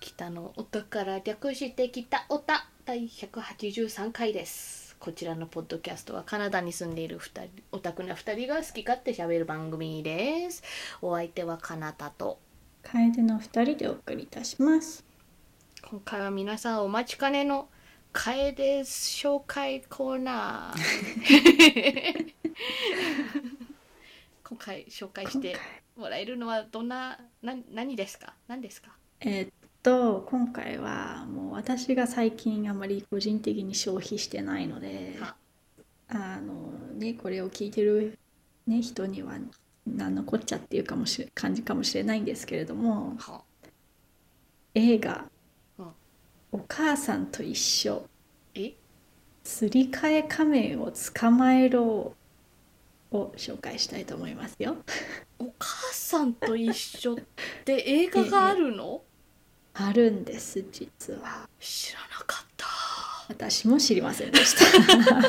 北の音から略して北オタ第183回ですこちらのポッドキャストはカナダに住んでいる二人オタクな2人が好き勝手喋る番組ですお相手はカナタと楓の二人でお送りいたします。今回は皆さんお待ちかねの楓紹介コーナ ー今回紹介し今て回もらえるのはどんなな何ですか何ですかえーっと今回はもう私が最近あまり個人的に消費してないので、はあのねこれを聞いてるね人には何のこっちゃっていうかもし感じかもしれないんですけれども、は映画うん「お母さんと一緒えすり替え仮面を捕まえろ」を紹介したいと思いますよ。お母さんと一緒って映画があるのあるんです実は。知らなかった私も知りませんでした。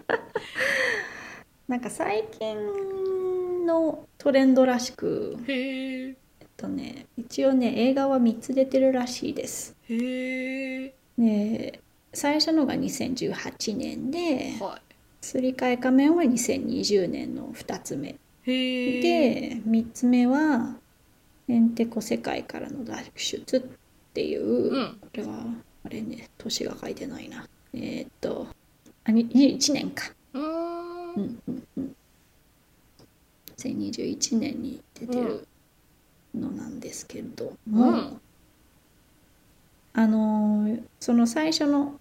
なんか最近のトレンドらしく、へええっとね、一応ね、映画は3つ出てるらしいです。へえで、最初のが2018年で、はすり替え仮面は2020年の2つ目。いへえで、3つ目は、ヘンテコ世界からの脱出っていう、うんこれは、あれね、年が書いてないな。えーっと、あ、に21年か。うーうんんうんうん2021年に出てるのなんですけども、うんあのーその最初の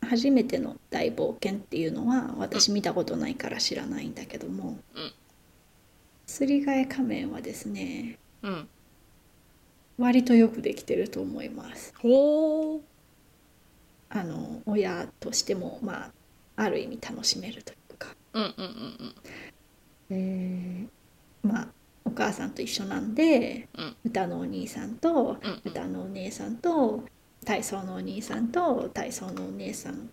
初めての大冒険っていうのは私見たことないから知らないんだけども、うんすり替え仮面はですねうん割とよくできてると思います。ほうあの親としてもまあある意味楽しめるというか。うんうんうんえーまあお母さんと一緒なんで、うん歌のお兄さんとうんうん歌のお姉さんと体操のお兄さんと体操のお姉さん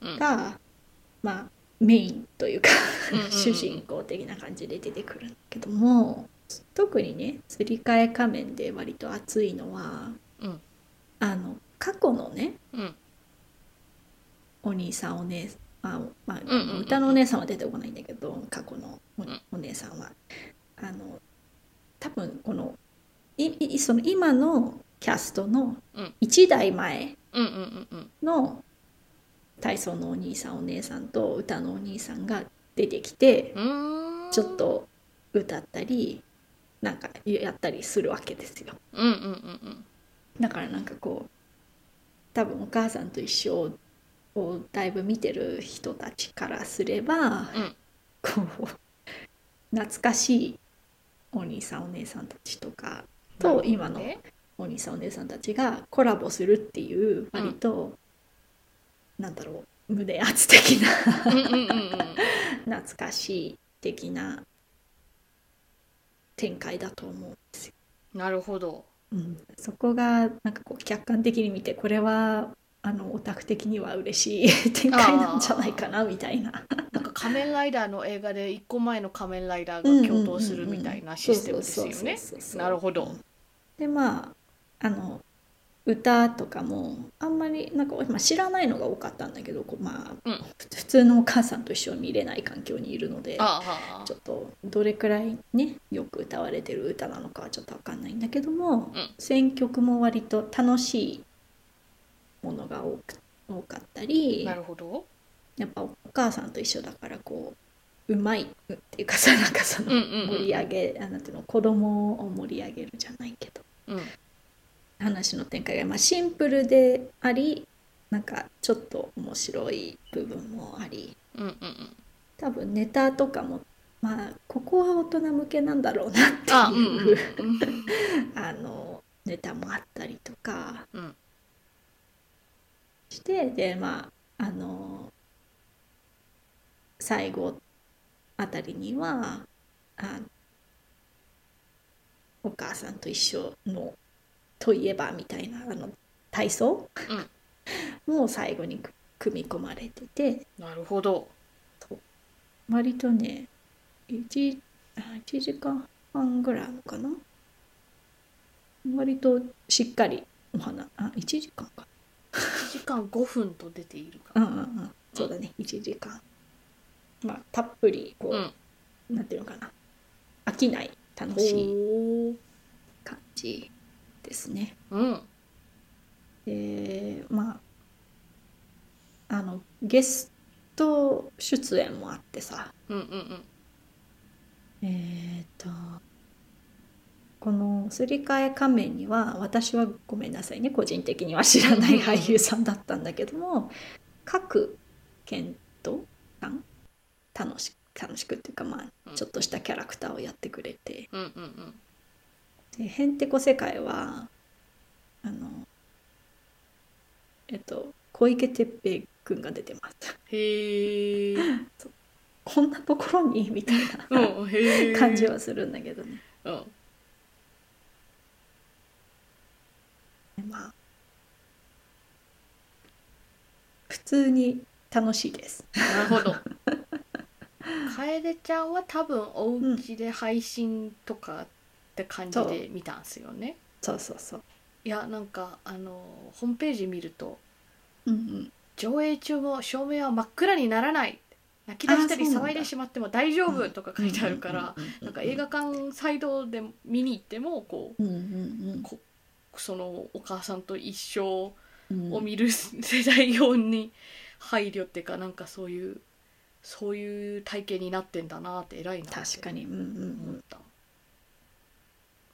うんが、まあメインというかうんうんうん 主人公的な感じで出てくるんだけども特にねすり替え仮面で割と熱いのはうんあの過去のねうんお兄さんお姉さんあまあ、うんうんうん歌のお姉さんは出てこないんだけど過去のお,、姉さんはあの多分このいいその今のキャストのうん1代前うんうんうんうんの体操のお兄さんお姉さんと歌のお兄さんが出てきてうーんちょっと歌ったりなんかやったりするわけですようんうんうんだからなんかこう多分お母さんと一緒をだいぶ見てる人たちからすれば、うんこう懐かしいお兄さんお姉さんたちとかと今のねお兄さんお姉さんたちがコラボするっていう割と、なんだろう胸圧的なうんうんうんうん懐かしい的な展開だと思うんですよなるほどうん、そこがなんかこう客観的に見てこれはあのオタク的には嬉し い展開なんじゃないかなみたいななんか仮面ライダーの映画で一個前の仮面ライダーが共闘するみたいなシステムですよねなるどほどでまああの歌とかもあんまりなんか、まあ、知らないのが多かったんだけどこう、まあうんふ普通のお母さんと一緒に見れない環境にいるのでああああちょっとどれくらいねよく歌われてる歌なのかはちょっとわかんないんだけども、うん選曲も割と楽しいものが多く多かったりなるほどやっぱお母さんと一緒だからこううまいっていうかさなんかそうんうのん盛り上げ、あなんていうの子供を盛り上げるじゃないけどうんうん話の展開が、まあ、シンプルでありなんかちょっと面白い部分もありうんうんうん多分ネタとかもまあここは大人向けなんだろうなあっうてんいううんうん あのネタもあったりとかうんしてでまああの最後あたりにはあお母さんと一緒のといえばみたいなあの体操、 もう最後にく組み込まれててなるほど割とね 1, 1時間半ぐらいあるのかな割としっかりお花あ1時間か1時間5分と出ているかうんうんうんそうだね1時間まあたっぷりこうう、んなんていうのかな飽きない楽しいおお感じですねうんでまああのゲスト出演もあってさうんうんえーっとこの「すり替え仮面」には私はごめんなさいね個人的には知らない俳優さんだったんだけども各健人さん楽し楽しくっていうかまうあんちょっとしたキャラクターをやってくれてうんうんうんで「へんてこ世界は」あのえっと小池徹平君が出てます。へえ こんなところにみたいなうんへえ感じはするんだけどね。うんまあ普通に楽しいです。なるほ ど楓ちゃんは多分お家で配信とかって感じで見たんすよね、そうそうそう。いやなんかあのホームページ見るとうん上映中も照明は真っ暗にならない泣き出したりあーそうなんだ騒いでしまっても大丈夫とかう書ん。いてあるから、なんか映画館サイドで見に行ってもこうんうんうそのお母さんと一緒うん。を見る世代用に配慮っていうかなんかそういうそういう体型になってんだなって偉いなって確かに。うんうんう思っんた。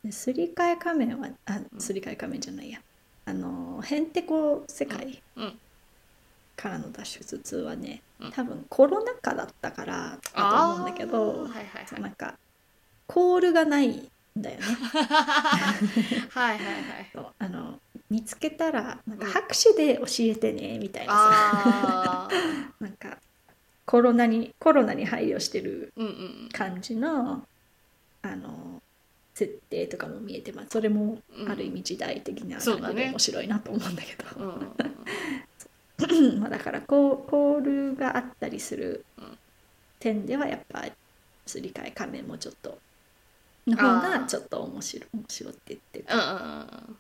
で。すり替え仮面はあすり替え仮面じゃないや。あのへんてこ世界うんからの脱出通はねうん、多分コロナ禍だったからだとあ思うんだけーどはい、はいそはうないんかコールがないんだよね。はいはい はいそうあの見つけたらなんか拍手で教えてねみたいなさ、ああなんかコロナにコロナに配慮してるうんうんうん感じのあの設定とかも見えてますそれもうんある意味時代的なそう感だじねで面白いなと思うんだけうどんうんうんまあだからこうコールがあったりするうん点ではやっぱすり替え仮面もちょっとの方がちょっと面白い面白いって言ってうんうん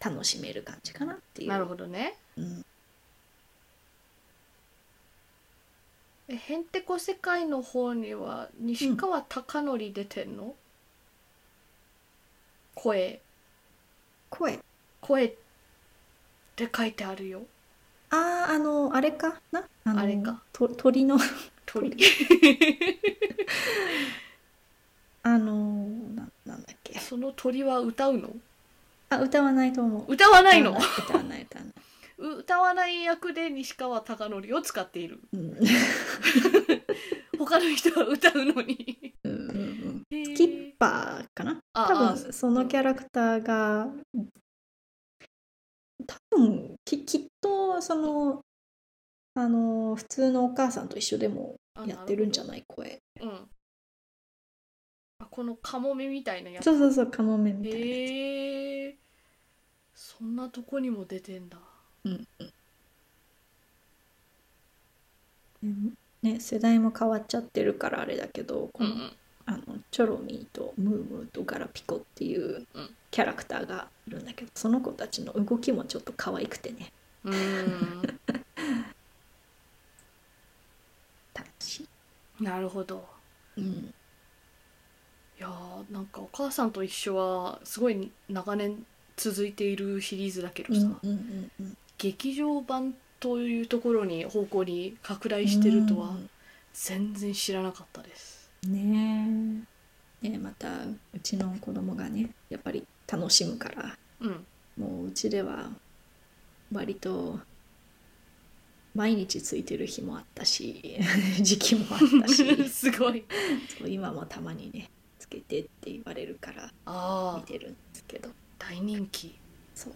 楽しめる感じかなってういんう。なるほどねうんえへんてこ世界の方には西川貴教出てんの、声声声って書いてあるよあああのあれかなあのあれかと鳥の 鳥あのななんだっけその鳥は歌うのあ歌わないと思う歌わないの歌わない歌わない歌わないう歌わない役で西川貴教を使っているうん他の人は歌 うのにうんうんうんへースキッパーかなあ多あ分そのキャラクターが多分ききっとそのあの普通のお母さんと一緒でもあやってるんじゃなない声るほどうんあこのカモメみたいなやつそうそうそうカモメみたいなやつへえそんなとこにも出てんだね世代も変わっちゃってるからあれだけどうこんうのんあのチョロミーとムームーとガラピコっていううんキャラクターがいるんだけどその子たちの動きもちょっと可愛くてねうーん楽しい、なるほどうん、いやーなんか「お母さんと一緒」はすごい長年続いているシリーズだけどうさ、んうんうん劇場版というところに方向に拡大してるとは全然知らなかったです、ねえねまたうちの子供がねやっぱり楽しむからうん、もううちでは割と毎日ついてる日もあったし 時期もあったし すごいそう今もたまにねつけてって言われるから見ああてるんですけど大人気そう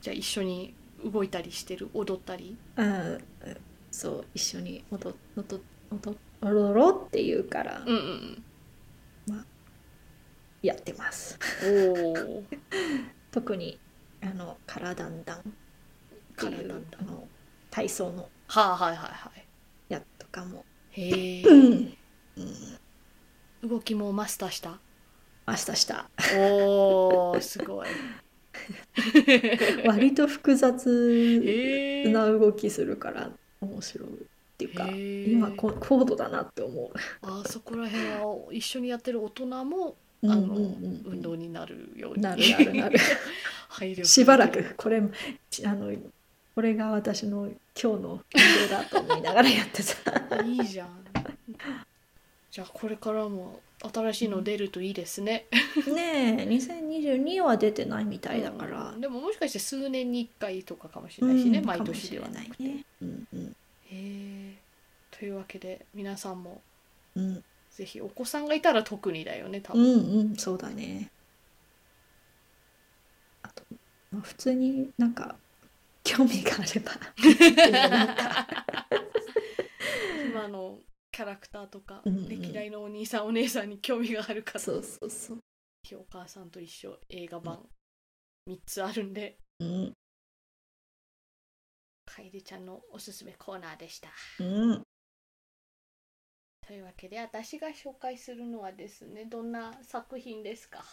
じゃあ一緒に動いたりしてる踊ったりあそう一緒に踊踊踊踊ろうって言うからうんうんやってます、おおー特にあの「からだんだん」ってい体うんだあの体操のはあはいはいはやつとかも、いへえ、うん 動きもマスターした明日した おーすごい割と複雑へーな動きするから面白いっていうかへー今こ高度だなって思あそこら辺は一緒にやってる大人もう。あの、うんうんうんうん運動になるようになるなる なる配慮されてるしばらくこれちあのこれが私の今日の運動だと思いながらやってたいいじゃんじゃあこれからも新しいの出るといいですね、ねえ2022は出てないみたいだからうん、でももしかして数年に1回とかかもしれないしね、うん毎年ではなくかもしれないねうんうんへえというわけで皆さんもうんぜひお子さんがいたら特にだよね多う分、んうんそうだねあと、まあ、普通になんか興味があ ればなんか今のキャラクターとか、うんうん歴代のお兄さんお姉さんに興味がある方そうそうそう、ぜひお母さんと一緒映画版3つあるんでうん楓ちゃんのおすすめコーナーでしたうん、というわけで私が紹介するのはですねどんな作品ですか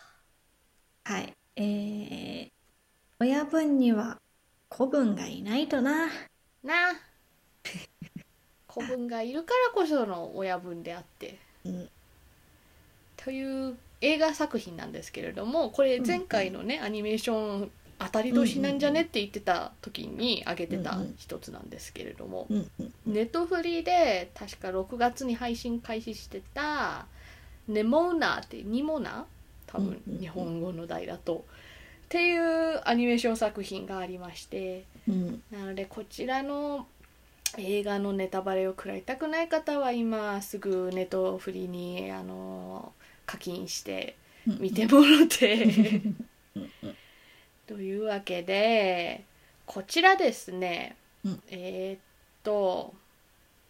はいえー、親分には子分がいないとな なあ子分がいるからこその親分であって、うんという映画作品なんですけれどもこれ前回のね、アニメーション当たり年なんじゃねって言ってた時に挙げてた一つなんですけれども、うんうんネットフリーで確か6月に配信開始してた「ネモーナ」って「ニモナ」多分うんうんうん日本語の題だと、っていうアニメーション作品がありましてうんなのでこちらの映画のネタバレを食らいたくない方は今すぐネットフリーにあの課金してうん見てもろう て。んうんうんというわけでこちらですね、うんえーっと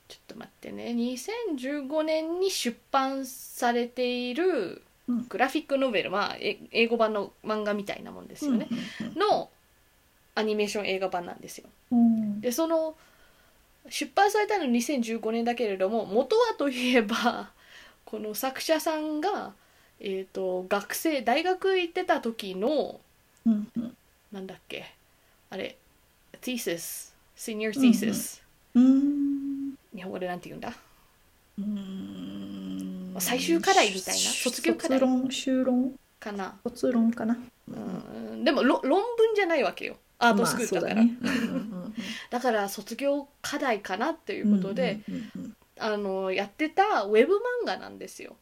ちょっと待ってね2015年に出版されているうんグラフィックノベル、まあえ英語版の漫画みたいなもんですよね、うんのアニメーション映画版なんですよ。うんでその出版されたの2015年だけれども元はといえばこの作者さんが、えーっと学生大学行ってた時のうんうんなんだっけあれ thesis senior うんうん thesis、うん日本語でなんて言うんだうーん最終課題みたいな卒業課題卒論修論かな、卒論かなうん、でもろ論文じゃないわけよアートスクールだから、まあそうだねうんうんうんだから卒業課題かなっていうことで、うんうんあのやってたウェブ漫画なんですよ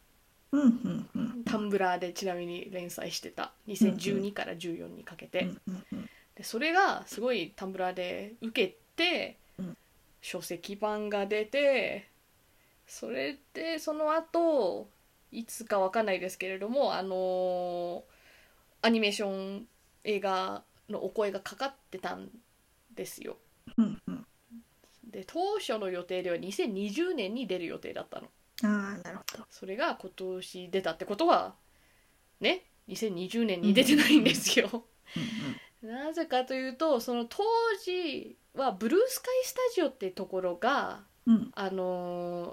うんうんうんうんタンブラーでちなみに連載してた2012から14にかけて、うんうんでそれがすごいタンブラーで受けて、うん書籍版が出てそれでその後いつかわかんないですけれどもあのーアニメーション映画のお声がかかってたんですようんうんで当初の予定では2020年に出る予定だったのああなるほどそれが今年出たってことはね2020年に出てないんですよ、なぜかというとその当時はブルースカイスタジオってところが、うんうんあのー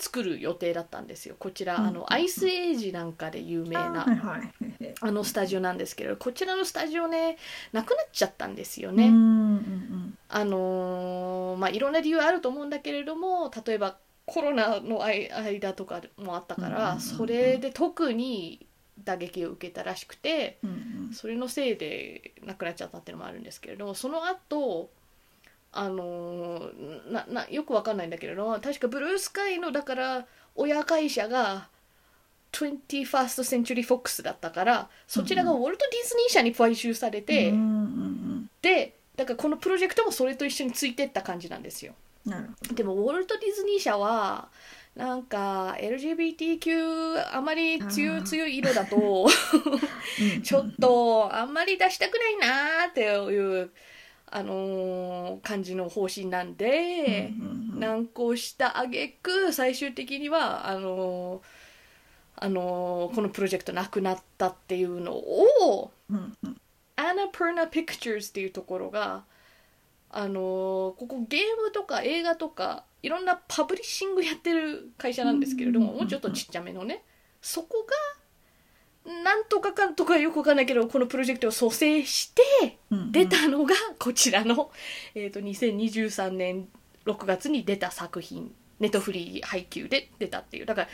作る予定だったんですよこちら、うんあのアイスエイジなんかで有名なはいはいあのスタジオなんですけどこちらのスタジオねなくなっちゃったんですようんね。うんうんあのーまあいろんな理由あると思うんだけれども例えばコロナのあい間とかもあったから、うんうんうんうんそれで特に打撃を受けたらしくて。うんうんそれのせいで亡くなっちゃったっていうのもあるんですけれどその後あのーななよくわかんないんだけれど確かブルースカイのだから親会社が 21st Century Fox だったからそちらがウォルト・ディズニー社に買収されて、うんうんでだからこのプロジェクトもそれと一緒についてった感じなんですよ。うんなるほでもウォルト・ディズニー社はなんか LGBTQ あまり強あいー強い色だと。 どうんうんちょっとあんまり出したくないなーっていう、あのー感じの方針なんで、うんうん難航した挙句最終的にはあのーあのーこのプロジェクトなくなったっていうのをうんうんアナプーナ・ピクチャーズっていうところが、あのーここゲームとか映画とかいろんなパブリッシングやってる会社なんですけれども、うんもうちょっとちっちゃめのねそこがなんとかかんとかよくわかんないけどこのプロジェクトを蘇生してうん出たのがこちらの、えー、と2023年6月に出た作品ネットフリー配給で出たっていうだから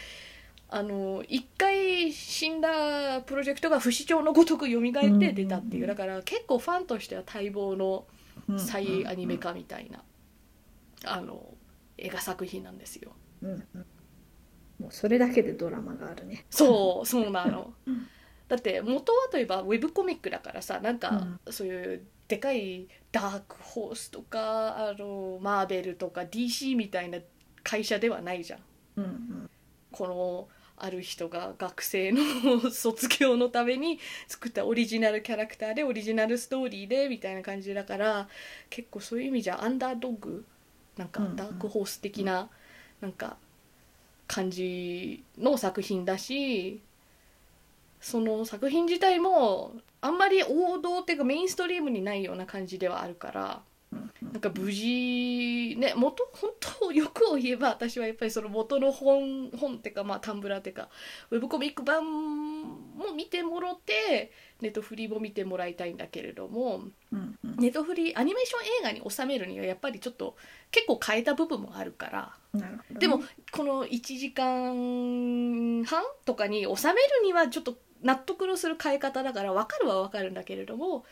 あの一回死んだプロジェクトが不死鳥のごとく蘇って出たっていう、うんだから結構ファンとしては待望のうん再アニメ化みたいな、あの映画作品なんですよ。うんうんもうそれだけでドラマがあるねそうそうなのうんだって元はといえばウェブコミックだからさなんかそういうでかいダークホースとかあのマーベルとか DC みたいな会社ではないじゃんうんうんこのある人が学生の卒業のために作ったオリジナルキャラクターでオリジナルストーリーでみたいな感じだから結構そういう意味じゃアンダードッグなんかうんうんダークホース的ななんか感じの作品だしその作品自体もあんまり王道っていうかメインストリームにないような感じではあるから。うんうんなんか無事ね元本当欲を言えば私はやっぱりその元の本本ってかまあタンブラーってかウェブコミック版も見てもろてネットフリーも見てもらいたいんだけれどもうんうんネットフリーアニメーション映画に収めるにはやっぱりちょっと結構変えた部分もあるからなるほどねでもこの1時間半とかに収めるにはちょっと納得のする変え方だから分かるは分かるんだけれども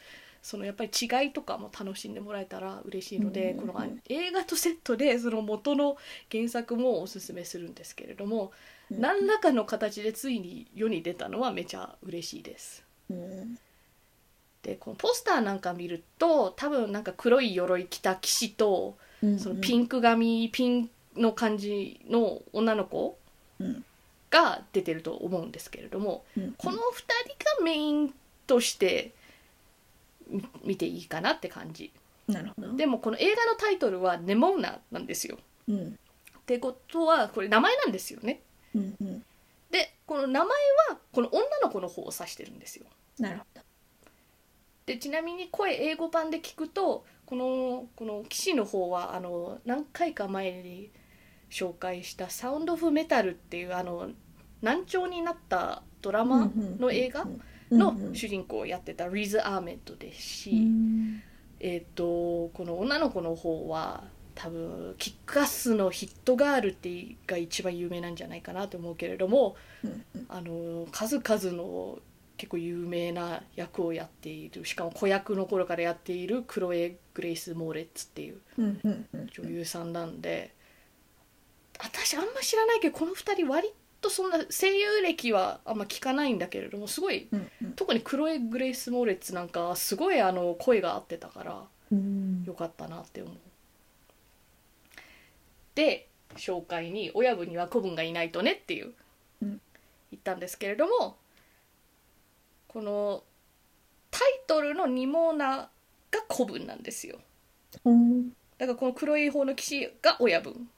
そのやっぱり違いとかも楽しんでもらえたら嬉しいので、うんうんうんこの映画とセットでその元の原作もおすすめするんですけれども、うん何らかの形でついに世に出たのはめちゃ嬉しいです。うんでこのポスターなんか見ると多分なんか黒い鎧着た騎士とうんそのピンク髪ピンの感じの女の子うんが出てると思うんですけれどもうんこの2人がメインとしてみ見ていいかなって感じなるほどでもこの映画のタイトルは「ネモーナ」なんですようんってことはこれ名前なんですよねうんうんでこの名前はこの女の子の方を指してるんですよなるほどでちなみに声英語版で聞くとこのこの騎士の方はあの何回か前に紹介した「サウンド・オフ・メタル」っていうあの難聴になったドラマの映画の主人公をやってたリーズ・アーメントですし、人えっ、とこの女の子の方は多分キックアスのヒットガールっていうが一番有名なんじゃないかなと思うけれどもあの数々の結構有名な役をやっているしかも子役の頃からやっているクロエ・グレイス・モーレッツっていう女優さんなんで私あんま知らないけどこの2人割とそんな声優歴はあんま聞かないんだけれどもすごい特にクロエ・グレイス・モーレッツなんかはすごいあの声が合ってたから良かったなって思う。で紹介に「親分には子分がいないとね」っていう、うん言ったんですけれどもこのタイトルの「ニモーナ」が子分なんですよだからこの黒い方の騎士が親分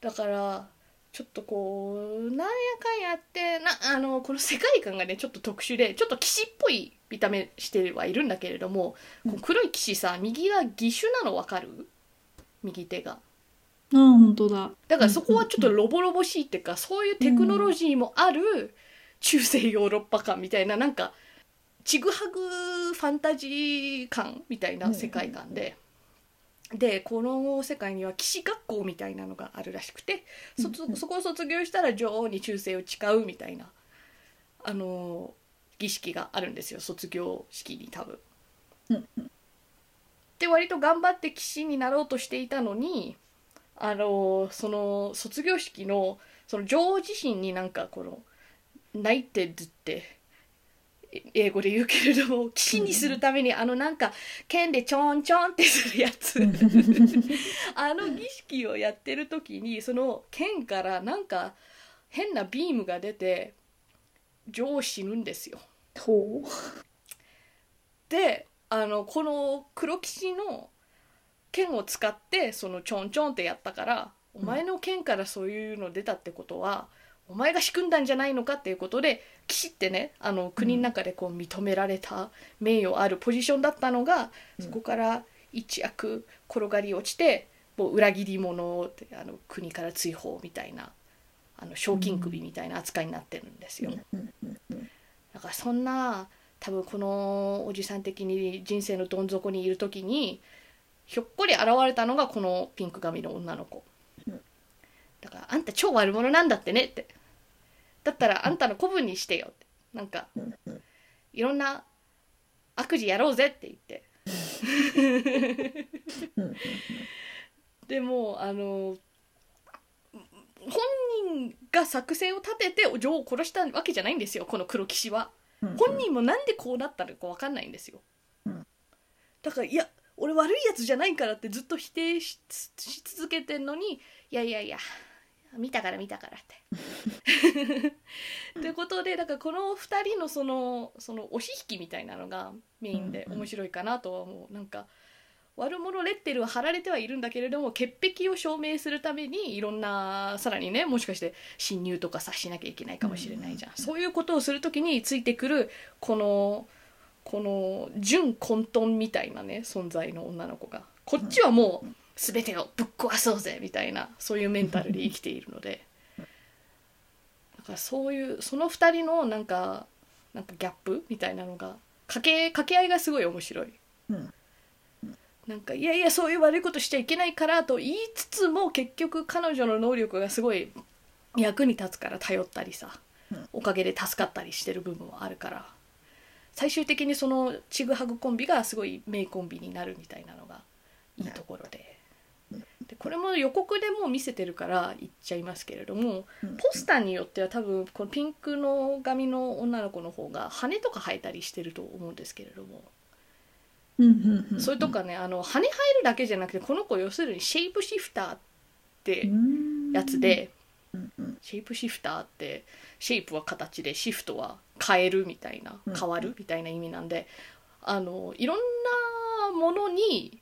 だからちょっとこうなんやかんやってなあのこの世界観がねちょっと特殊でちょっと騎士っぽい見た目してはいるんだけれども、こう黒い騎士さ右が義手なの分かる右手がああ本当だだからそこはちょっとロボロボしいっていうかそういうテクノロジーもある中世ヨーロッパ感みたいななんかちぐはぐファンタジー感みたいな世界観で、でこの世界には騎士学校みたいなのがあるらしくてそうんうんそこを卒業したら女王に忠誠を誓うみたいなあの儀式があるんですよ卒業式に多分。うんで割と頑張って騎士になろうとしていたのにあのその卒業式のその女王自身になんかこの「ナイテッド」ってえ英語で言うけれども騎士にするためにあのなんか剣でちょんちょんってするやつあの儀式をやってる時にその剣からなんか変なビームが出て女王死ぬんですよ。ほであのこの黒騎士の剣を使ってそのちょんちょんってやったから、んお前の剣からそういうの出たってことはお前が仕組んだんじゃないのかっていうことで騎士ってねあの国の中でこう認められた名誉あるポジションだったのが、うんそこから一躍転がり落ちてもう裏切り者ってあの国から追放みたいなあの賞金首みたいな扱いになってるんですよ。うんうんうんだからそんな多分このおじさん的に人生のどん底にいる時にひょっこり現れたのがこのピンク髪の女の子うんだから「あんた超悪者なんだってね」ってだったらあんたの子分にしてよってなんかうんうんいろんな悪事やろうぜって言ってうんうんでもうあの本人が作戦を立てて女王を殺したわけじゃないんですよこの黒騎士は。うん本人もなんでこうなったのか分かんないんですよ、うんだからいや俺悪いやつじゃないからってずっと否定ししし続けてんのにいやいやいや見たから見たからって。ということでだからこの2人のそのその押し引きみたいなのがメインでうんうん面白いかなとは思うなんか悪者レッテルは貼られてはいるんだけれども潔癖を証明するためにいろんなさらにねもしかして侵入とかさしなきゃいけないかもしれないじゃん、うんそういうことをする時についてくるこのこの純混沌みたいなね存在の女の子がこっちはもう全てをぶっ壊そうぜみたいなそういうメンタルで生きているのでだからそういうその2人のなんかなんかギャップみたいなのが掛け掛け合いがすごい面白い。うんなんかいやいやそういう悪いことしちゃいけないからと言いつつも結局彼女の能力がすごい役に立つから頼ったりさ、うんおかげで助かったりしてる部分はあるから最終的にそのちぐはぐコンビがすごい名コンビになるみたいなのがいいところでうんでこれも予告でもう見せてるから言っちゃいますけれどもうんポスターによっては多分このピンクの髪の女の子の方が羽とか生えたりしてると思うんですけれども。うんうんうんそれとかねあの羽生えるだけじゃなくてこの子要するにシェイプシフターってやつで、うんうんシェイプシフターってシェイプは形でシフトは変えるみたいなうん変わるみたいな意味なんであのいろんなものに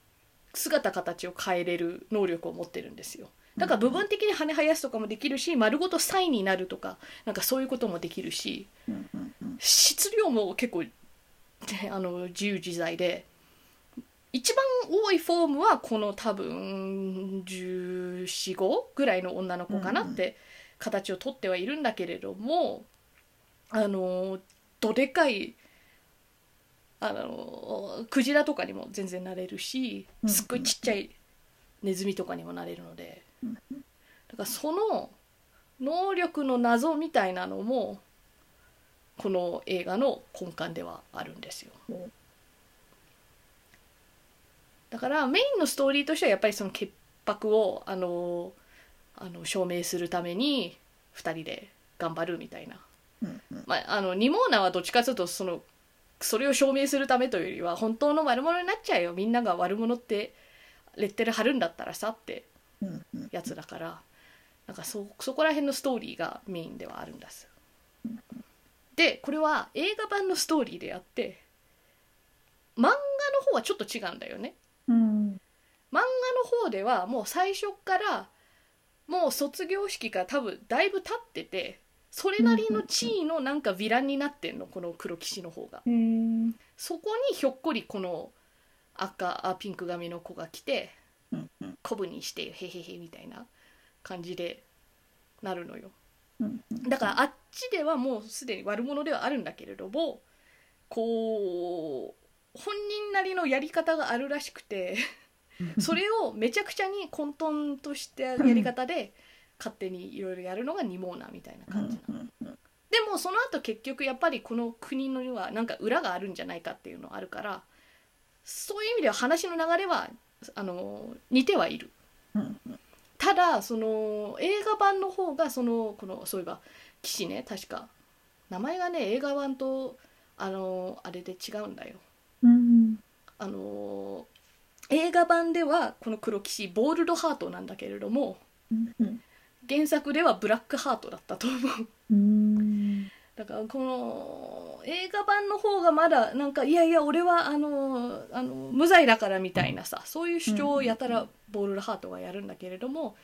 姿形を変えれる能力を持ってるんですよ。だから部分的に羽生やすとかもできるし丸ごとサイになるとかなんかそういうこともできるしうんうんうん質量も結構ね あの自由自在で一番多いフォームはこの多分1415ぐらいの女の子かなって形をとってはいるんだけれども、あのどでかいあのクジラとかにも全然なれるしうんすっごいちっちゃいネズミとかにもなれるのでうんだからその能力の謎みたいなのもこの映画の根幹ではあるんですようん。だからメインのストーリーとしてはやっぱりその潔白をあのあの証明するために2人で頑張るみたいな、うんうんまあ、あのニモーナはどっちかというとそのそれを証明するためというよりは本当の悪者になっちゃえよみんなが悪者ってレッテル貼るんだったらさってうんうんやつだからなんかそそこら辺のストーリーがメインではあるんですでこれは映画版のストーリーであって漫画の方はちょっと違うんだよねうん漫画の方ではもう最初からもう卒業式から多分だいぶ経っててそれなりの地位のなんかヴィランになってんのこの黒騎士の方がへーそこにひょっこりこの赤あピンク髪の子が来てうんうん「コブにしてよへへへ」みたいな感じでなるのようんうんだからあっちではもうすでに悪者ではあるんだけれどもこう本人なりのやり方があるらしくてそれをめちゃくちゃに混沌としたやり方で勝手にいろいろやるのがニモーナみたいな感じなの、うんうんうんでもその後結局やっぱりこの国のはなんか裏があるんじゃないかっていうのあるからそういう意味では話の流れはあの似てはいるうんただその映画版の方がそのこのそういえば騎士ね確か名前がね映画版とあのあれで違うんだようんあの映画版ではこの黒騎士ボールドハートなんだけれどもうんうん原作ではブラックハートだったと思う うんだからこの映画版の方がまだなんかいやいや俺はあのあの無罪だからみたいなさそういう主張をやたうんうんらボールハートがやるんだけれども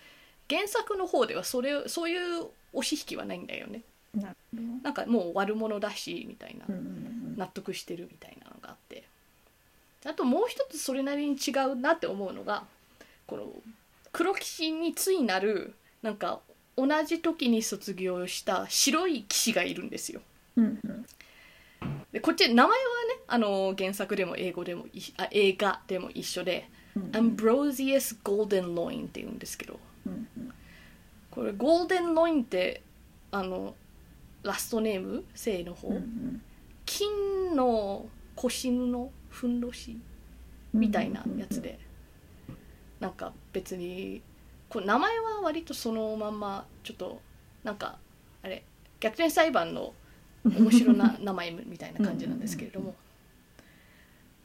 原作の方ではそれそういう押し引きはないんだよねなるほどなんかもう悪者だしみたいなうんうん納得してるみたいなのがあってあともう一つそれなりに違うなって思うのがこの黒騎士についなるなんか同じ時に卒業した白い騎士がいるんですようんうんでこっち名前はねあの原作でも英語でもいあ映画でも一緒でうんアンブロージアス・ゴールデン・ロインって言うんですけどうんうんこれゴールデン・ロインってあのラストネーム姓の方、うん金の腰のふんどしみたいなやつで、なんか別にこう名前は割とそのまんまちょっとなんかあれ逆転裁判の面白な名前みたいな感じなんですけれども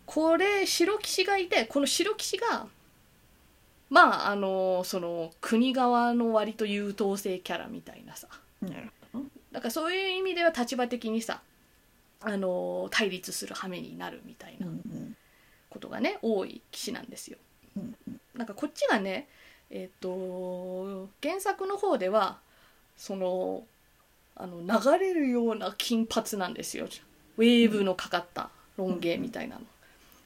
これ白騎士がいてこの白騎士がまああのその国側の割と優等生キャラみたいなさなるほどだからそういう意味では立場的にさあの対立する羽目になるみたいなうんことがね多い騎士なんですよ。うんなんかこっちがねえっ、と原作の方ではそのあの流れるような金髪なんですよウェーブのかかったロン毛みたいなの。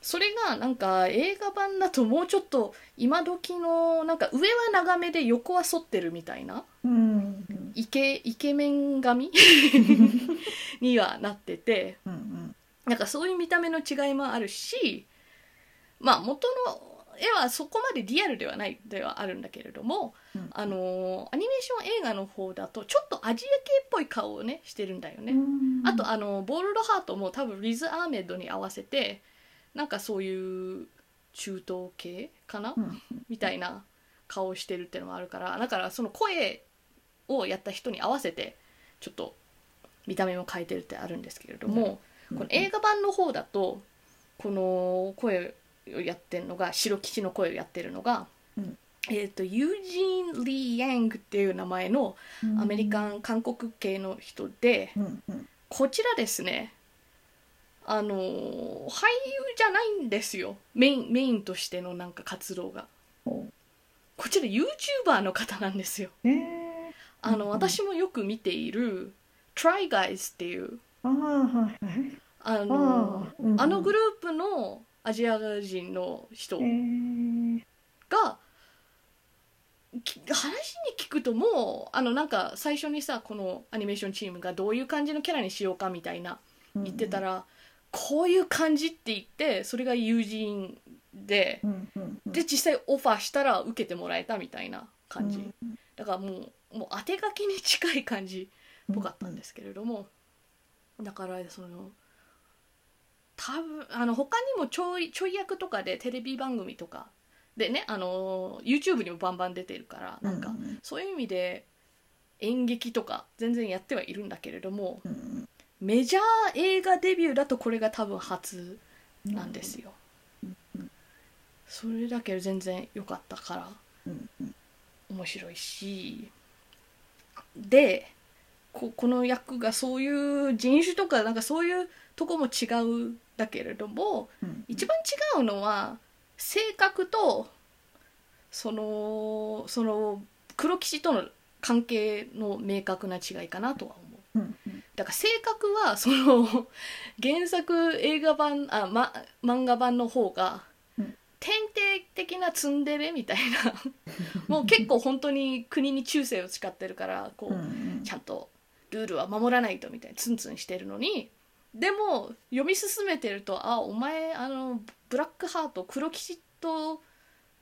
それがなんか映画版だともうちょっと今時のなんか上は長めで横は反ってるみたいなうんうんうんイケイケメン 髪にはなっててうんうんなんかそういう見た目の違いもあるしまあ元の絵はそこまでリアルではないではあるんだけれども、うんあのーアニメーション映画の方だとちょっとアジア系っぽい顔をねしてるんだよね。うんあとあのボールドハートも多分リズ・アーメッドに合わせてなんかそういう中東系かな、うんみたいな顔をしてるっていうのもあるからだからその声をやった人に合わせてちょっと見た目も変えてるってあるんですけれども、この映画版の方だとこの声をやってるのが白吉の声をやってるのが、うんえっ、とユージーン・リー・ヤングっていう名前のアメリカン韓国系の人で、うんうんこちらですねあのー俳優じゃないんですよメインメインとしてのなんか活動が。ほこちら YouTuber の方なんですよ。うえーあの、うん私もよく見ている Try Guys っていうあーはいはいあのあーうんあのグループのアジア人の人えーが、き話に聞くともうあのなんか最初にさこのアニメーションチームがどういう感じのキャラにしようかみたいな言ってたら、ら、こういう感じって言ってそれが友人でうんうんうん、で実際オファーしたら受けてもらえたみたいな感じ。うんうんだからもうもう当て書きに近い感じっぽかったんですけれども、だからその多分あの他にもちょいちょい役とかでテレビ番組とかでねあの YouTube にもバンバン出てるからなんか、うんうんそういう意味で演劇とか全然やってはいるんだけれどもうんメジャー映画デビューだとこれが多分初うなんですよ。うんうんそれだけど全然良かったからうんうん面白いしでここの役がそういう人種とかなんかそういうとこも違うんだけれどもうん一番違うのは性格とそのその黒騎士との関係の明確な違いかなとは思う。うんうんだから性格はその 原作映画版あ、ま、漫画版の方がうん典型的なツンデレみたいな もう結構本当に国に忠誠を誓ってるからこうんううんちゃんとルールは守らないとみたいなツンツンしてるのにでも読み進めてるとあお前あのブラックハート黒騎士と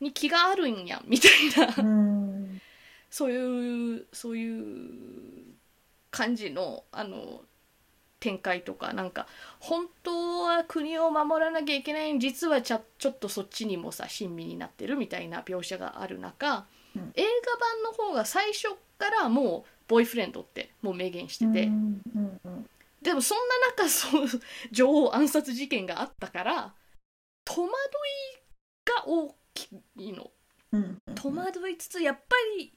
に気があるんやみたいなうんそういうそういう感じのあの展開とかなんか本当は国を守らなきゃいけない実はちゃちょっとそっちにもさ親身になってるみたいな描写がある中、うん映画版の方が最初からもうボーイフレンドってもう明言してて、うんうんうんでもそんな中そう女王暗殺事件があったから戸惑いが大きいのうんうん戸惑いつつやっぱり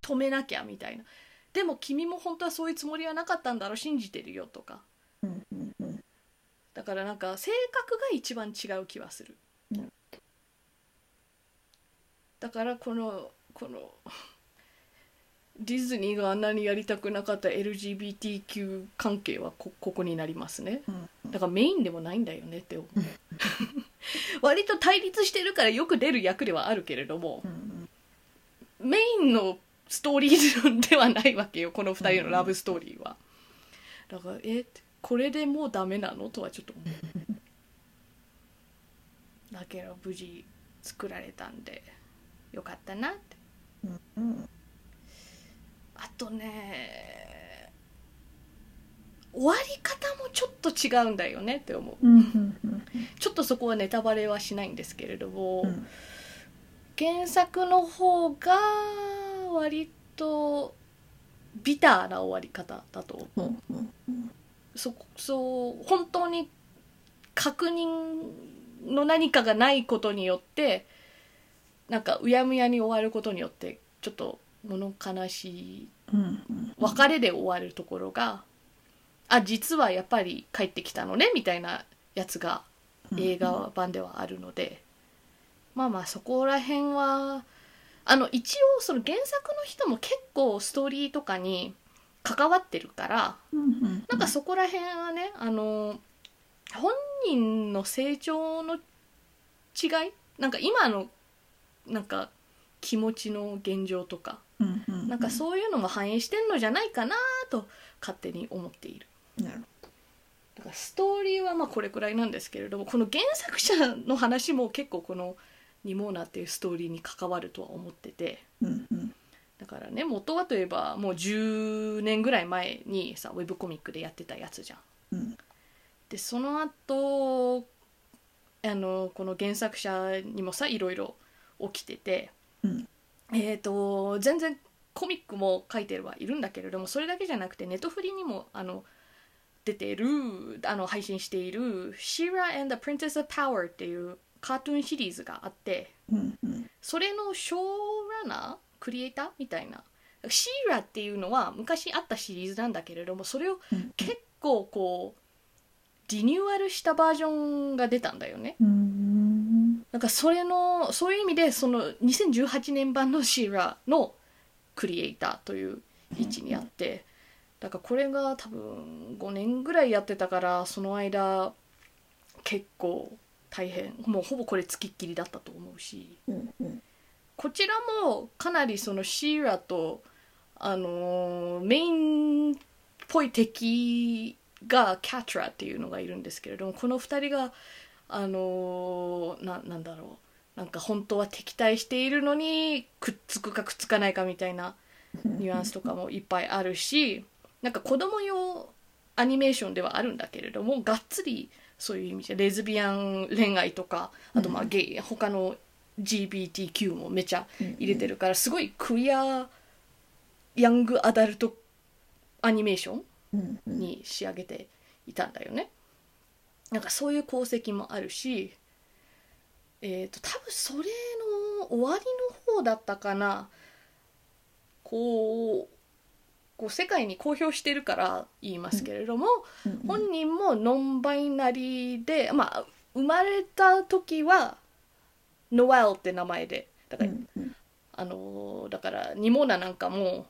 止めなきゃみたいなでも君も本当はそういうつもりはなかったんだろう信じてるよとかうんうんうんだからなんか性格が一番違う気はするなるだからこのこのディズニーがあんなにやりたくなかった LGBTQ 関係はこここになりますねうんうんだからメインでもないんだよねって思う 割と対立してるからよく出る役ではあるけれども、うんメインのストーリーではないわけよこの2人のラブストーリーは。だからえこれでもうダメなのとはちょっと思う。だけど無事作られたんでよかったなって。うんあとね終わり方もちょっと違うんだよねって思う。うんちょっとそこはネタバレはしないんですけれども、うん原作の方が割とビターな終わり方だとほうほうそそう本当に確認の何かがないことによってなんかうやむやに終わることによってちょっと物悲しいうんうん別れで終わるところが、あ実はやっぱり帰ってきたのねみたいなやつが映画版ではあるので、まあまあそこら辺はあの一応その原作の人も結構ストーリーとかに関わってるからうんうんなんかそこら辺はねあの本人の成長の違いなんか今のなんか気持ちの現状とかうんうなんかそういうのも反映してんのじゃないかなと勝手に思っている。なるだからストーリーはまあこれくらいなんですけれどもこの原作者の話も結構この「ニモーナ」っていうストーリーに関わるとは思っててうんうんだからね元はといえばもう10年ぐらい前にさウェブコミックでやってたやつじゃん。うんでその後あのこの原作者にもさいろいろ起きてて、うんえっ、と全然コミックも書いてはいるんだけれどもそれだけじゃなくてネトフリにもあの出てるあの配信している「Shira and the Princess of Power」っていうカートゥーンシリーズがあってうんうんそれのショーランナークリエイターみたいなシーラっていうのは昔あったシリーズなんだけれどもそれをうん結構こうリニューアルしたバージョンが出たんだよねうんなんかそれのそういう意味でその2018年版のシーラのクリエイターという位置にあってだからこれが多分5年ぐらいやってたからその間結構大変もうほぼこれつきっきりだったと思うしうんうんこちらもかなりそのシーラと、あのーメインっぽい敵がキャトラっていうのがいるんですけれどもこの2人が、あのーななんだろうなんか本当は敵対しているのにくっつくかくっつかないかみたいなニュアンスとかもいっぱいあるしなんか子供用アニメーションではあるんだけれどもがっつりそういう意味でレズビアン恋愛とかあとまあゲイ、他の GBTQ もめちゃ入れてるからすごいクリアヤングアダルトアニメーションうんうんに仕上げていたんだよね。なんかそういう功績もあるし、えっ、と多分それの終わりの方だったかな。こうこう世界に公表してるから言いますけれども、うん本人もノンバイナリーで、まあ生まれた時はノエルって名前で、だからうんうんあのーだからニモーナなんかも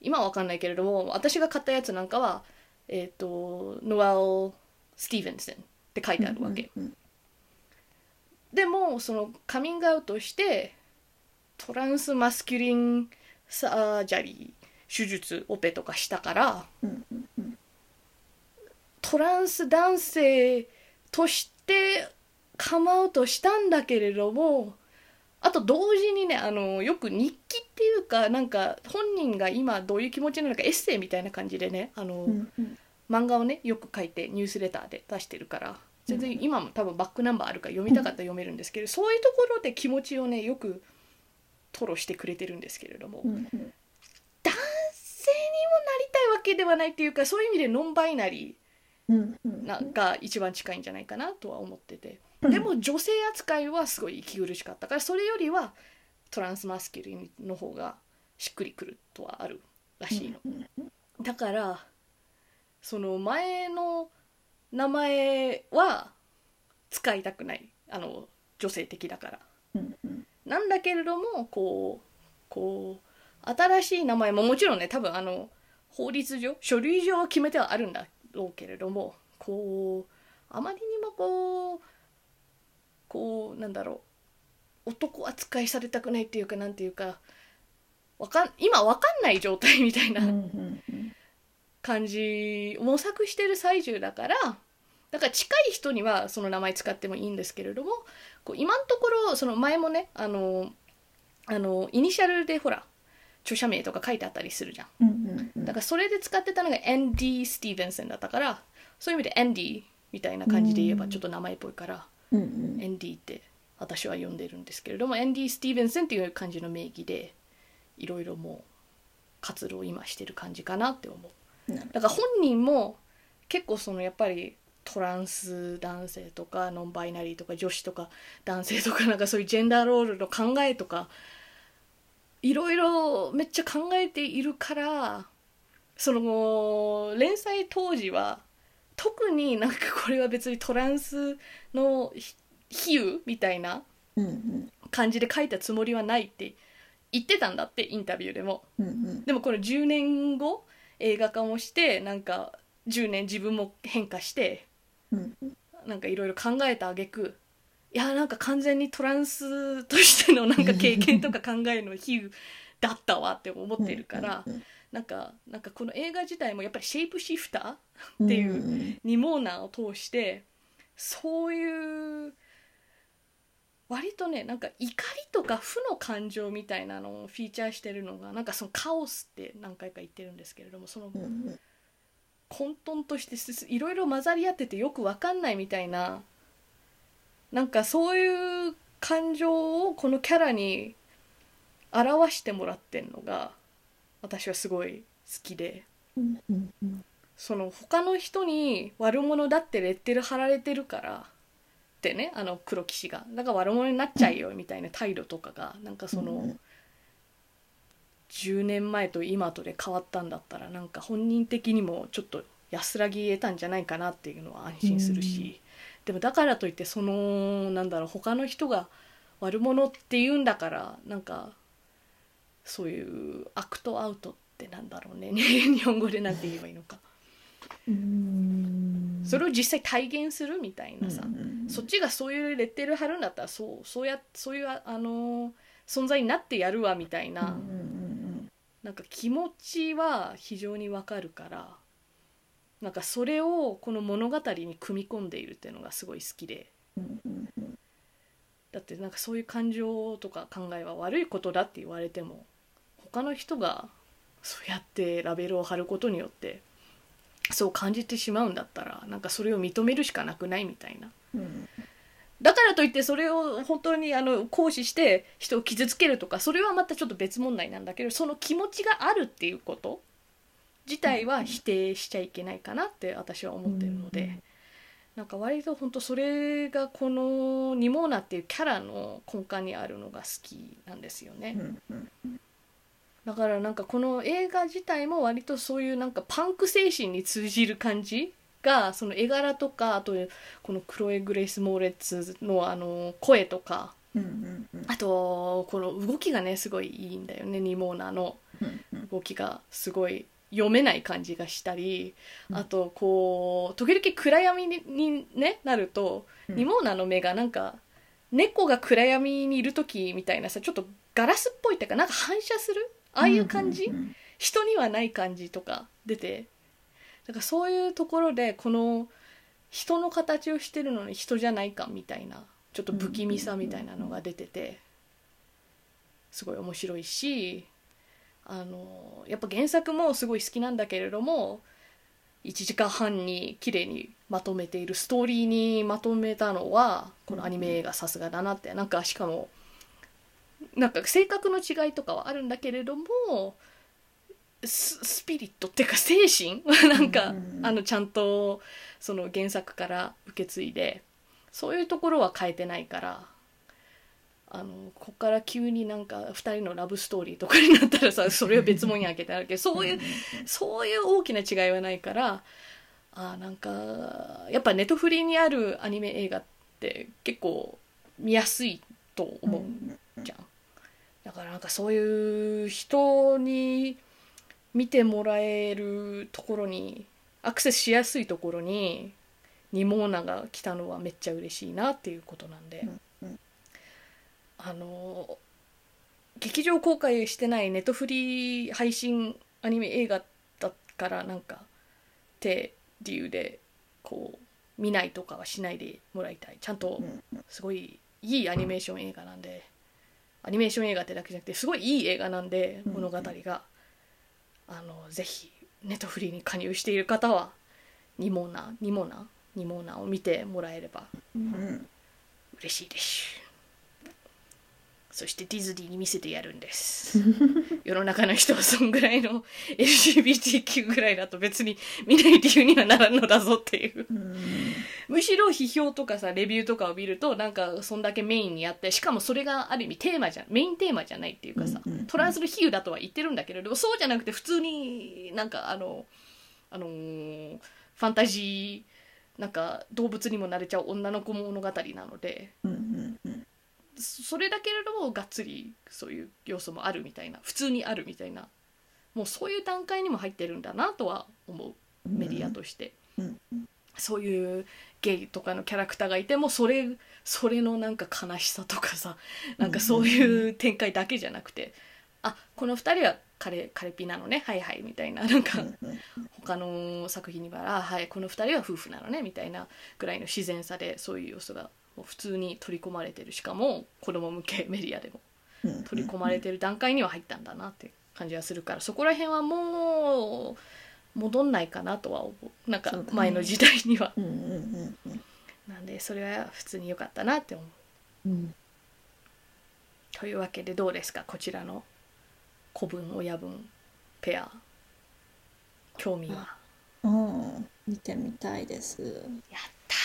今は分かんないけれども私が買ったやつなんかはえっ、とノエル・スティーヴンセンって書いてあるわけ、うんでもそのカミングアウトしてトランスマスキュリンサージャリー手術オペとかしたからうんうんうんトランス男性としてカムアウトしたんだけれどもあと同時にねあのよく日記っていうかなんか本人が今どういう気持ちなのかエッセイみたいな感じでねあの、うんうん漫画をねよく書いてニュースレターで出してるから全然今も多分バックナンバーあるから読みたかったら読めるんですけど、そういうところで気持ちをねよく吐露してくれてるんですけれども、うんうん男性にもなりたいわけではないっていうかそういう意味でノンバイナリーうんうんなが一番近いんじゃないかなとは思っててでも女性扱いはすごい息苦しかったからそれよりはトランスマスキュリンの方がしっくりくるとはあるらしいのうんだからその前の名前は使いたくないあの女性的だからうんうんなんだけれどもこうこう新しい名前ももちろんね多分あの法律上書類上は決めてはあるんだろうけれどもこうあまりにもこうこうなんだろう男扱いされたくないっていうかなんていうかわかん今わかんない状態みたいなうんうんうん感じ模索してる最中だからだから近い人にはその名前使ってもいいんですけれどもこう今のところその前もねあのあのイニシャルでほら著者名とか書いてあったりするじゃんうんうんうんだからそれで使ってたのが ND スティーヴンセンだったからそういう意味で ND みたいな感じで言えばちょっと名前っぽいから、うんうん ND って私は呼んでるんですけれども ND スティーヴンセンっていう感じの名義でいろいろもう活動を今してる感じかなって思う。なるだから本人も結構そのやっぱりトランス男性とかノンバイナリーとか女子とか男性とかなんかそういうジェンダーロールの考えとかいろいろめっちゃ考えているからその連載当時は特になんかこれは別にトランスのひ比喩みたいなうんうん感じで書いたつもりはないって言ってたんだってインタビューでも。うんうんでもこの10年後映画化もしてなんか10年自分も変化してうんなんかいろいろ考えた挙句いやなんか完全にトランスとしての なんか経験とか考えの比喩だったわって思ってるからうんうんなんかなんかこの映画自体もやっぱりシェイプシフターうんっていうんニモーナを通してそういう割とねなんか怒りとか負の感情みたいなのをフィーチャーしてるのがなんかそのカオスって何回か言ってるんですけれどもそのうんうん混沌としてすいろいろ混ざり合っててよく分かんないみたいななんかそういう感情をこのキャラに表してもらってんのが私はすごい好きで。うんうんうんその他の人に悪者だってレッテル貼られてるからってねあの黒騎士がなんか悪者になっちゃいよみたいな態度とかがなんかそうんうのん10年前と今とで変わったんだったらなんか本人的にもちょっと安らぎ得たんじゃないかなっていうのは安心するし、でもだからといってそのなんだろう他の人が悪者って言うんだからなんかそういう悪とアウトってなんだろうね 日本語でなんて言えばいいのか。うんそれを実際体現するみたいなさ、うんうんうんそっちがそういうレッテル貼るんだったらそうそうやそういうああのー存在になってやるわみたいな、うんうんなんか気持ちは非常にわかるからなんかそれをこの物語に組み込んでいるっていうのがすごい好きでうんうんうんだってなんかそういう感情とか考えは悪いことだって言われても他の人がそうやってラベルを貼ることによってそう感じてしまうんだったらなんかそれを認めるしかなくないみたいな。うんだからといってそれを本当にあの行使して人を傷つけるとかそれはまたちょっと別問題なんだけどその気持ちがあるっていうこと自体は否定しちゃいけないかなって私は思ってるので、うんなんか割と本当それがこのニモーナっていうキャラの根幹にあるのが好きなんですよね。うんうんだからなんかこの映画自体も割とそういうなんかパンク精神に通じる感じがその絵柄とかあとこのクロエ・グレイス・モーレッツのあの声とかうんうんうんあとこの動きがねすごいいいんだよねニモーナのうんうん動きがすごい読めない感じがしたりうんあとこう時々暗闇ににねなるとうんニモーナの目がなんか猫が暗闇にいる時みたいなさちょっとガラスっぽいっていうかなんか反射するああいう感じ、うんうん人にはない感じとか出てだからそういうところでこの人の形をしてるのに人じゃない感みたいなちょっと不気味さみたいなのが出ててすごい面白いしあのやっぱ原作もすごい好きなんだけれども1時間半に綺麗にまとめているストーリーにまとめたのはこのアニメ映画さすがだなってなんかしかもなんか性格の違いとかはあるんだけれどもススピリットっていうか精神なんか、うんうんうんあのちゃんとその原作から受け継いでそういうところは変えてないからあのここから急になんか2人のラブストーリーとかになったら さそれを別物に開けてあるけどそういうそういう大きな違いはないからあーなんかやっぱネットフリーにあるアニメ映画って結構見やすいと思うじゃん。だからなんかそういう人に見てもらえるところにアクセスしやすいところにニモーナが来たのはめっちゃ嬉しいなっていうことなんで、うんうんあの劇場公開してないネットフリー配信アニメ映画だからなんかって理由でこう見ないとかはしないでもらいたいちゃんとすごいいいアニメーション映画なんでアニメーション映画ってだけじゃなくてすごいいい映画なんでうん物語があのぜひネットフリーに加入している方はニモナニモナニモナを見てもらえればうん嬉しいですそしてディズニーに見せてやるんです 世の中の人はそんぐらいの LGBTQ ぐらいだと別に見ない理由にはならんのだぞっていううんむしろ批評とかさレビューとかを見るとなんかそんだけメインにやってしかもそれがある意味テーマじゃメインテーマじゃないっていうかさ、うんうんうんトランスの比喩だとは言ってるんだけれどそうじゃなくて普通になんかあのあのーファンタジーなんか動物にもなれちゃう女の子物語なのでうんうんうんそそれだけれどもがっつりそういう要素もあるみたいな普通にあるみたいなもうそういう段階にも入ってるんだなとは思うメディアとして。うんそういうゲイとかのキャラクターがいてもそれそれのなんか悲しさとかさなんかそういう展開だけじゃなくて、あこの2人はカレカレピなのねはいはいみたいななんかうん他の作品にはあはいこの2人は夫婦なのねみたいなぐらいの自然さでそういう要素がもう普通に取り込まれてるしかも子供向けメディアでもうん取り込まれてる段階には入ったんだなって感じはするからそこら辺はもう戻んないかなとは思うなんかそうだね前の時代には。うんうんうんうんなんでそれは普通に良かったなって思う。うんというわけでどうですかこちらの古文親文ペア興味はやっうん見てみたいです。た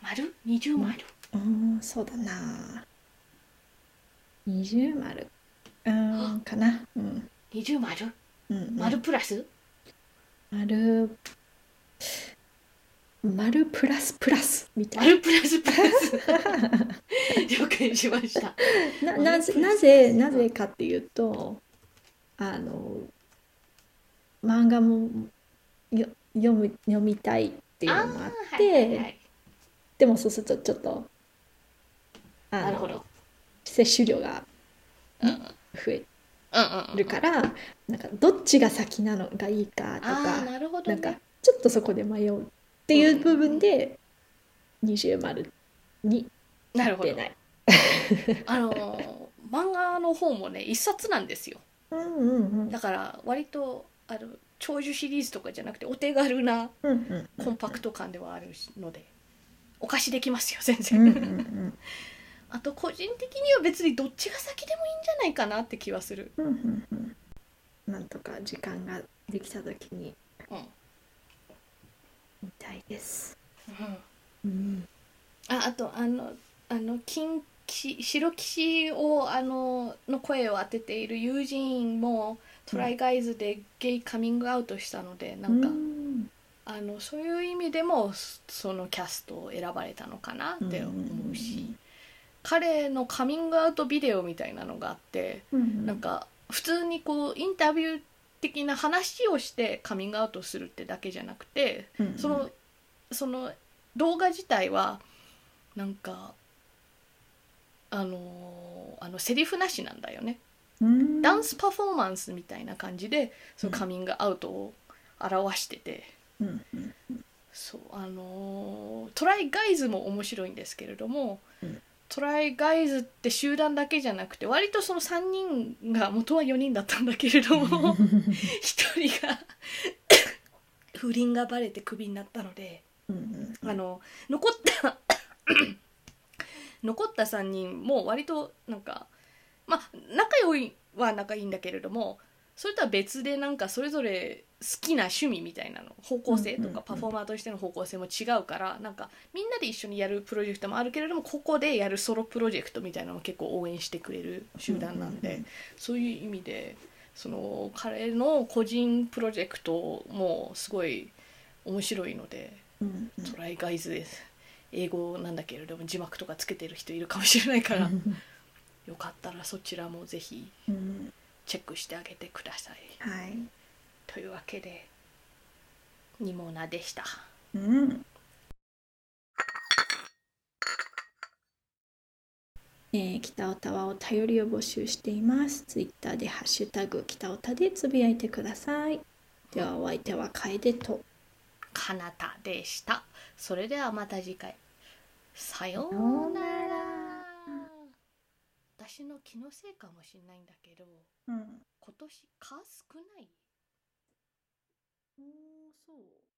丸二重丸、うん、そうだな。二重丸。うん、かな。うん。二重丸うん、丸。プラス、丸。丸プラスプラスみたい丸プラスプラス了解しました。な。丸な、なぜ、なぜ、なぜかっていうと。あの。漫画も。よ、読む、読みたいっていうのもああーはっいはいて。はいでも、そうすると、ちょっと。あなるほの、ど。摂取量がうんうんうん増えうんうんるから、なんかどっちが先なのがいいかとあかあなるほどなね、んかちょっとそこで迷うっていう部分で二重丸になるほど出ない。あのー漫画の方もね一冊なんですよ。うんうんうんだから割とあの長寿シリーズとかじゃなくてお手軽なうんうんコンパクト感ではあるのでお貸しできますよ全う然、んうんうん あと個人的には別にどっちが先でもいいんじゃないかなって気はする、うんうんうんなんとか時間ができた時にうん見たいです。あうんあとあのあの金騎白騎士をあのの声を当てている友人もトライガイズでゲイカミングアウトしたのでなんか、うんあのそういう意味でもそそのキャストを選ばれたのかなって思うし、彼のカミングアウトビデオみたいなのがあって、うんうんなんか普通にこうインタビュー的な話をしてカミングアウトするってだけじゃなくて、うんうんそのその動画自体はなんかあのーあのセリフなしなんだよね。うんダンスパフォーマンスみたいな感じでそのカミングアウトを表してて。うんうんそうあのートライガイズも面白いんですけれども、うんトライガイズって集団だけじゃなくて割とその3人が元は4人だったんだけれども1人が 不倫がバレてクビになったので うんうんあの残った 残った3人も割となんかまあ仲良いは仲いいんだけれどもそれとは別でなんかそれぞれ好きな趣味みたいなの方向性うんとうんうかんパフォーマーとしての方向性も違うからなんかみんなで一緒にやるプロジェクトもあるけれどもここでやるソロプロジェクトみたいなのを結構応援してくれる集団なんうんうんうでんそういう意味でその彼の個人プロジェクトもすごい面白いので。うんうんトライガイズです英語なんだけれども字幕とかつけてる人いるかもしれないからよかったらそちらもぜひうんチェックしてあげてくださいはいというわけでニモナでしたうんえー北オタワを頼りを募集しています。ツイッターでハッシュタグ北オタでつぶやいてください。ではお相手は楓と。かなたでしたそれではまた次回さようなら私の気のせいかもしれないんだけどうん。今年蚊少ないそう。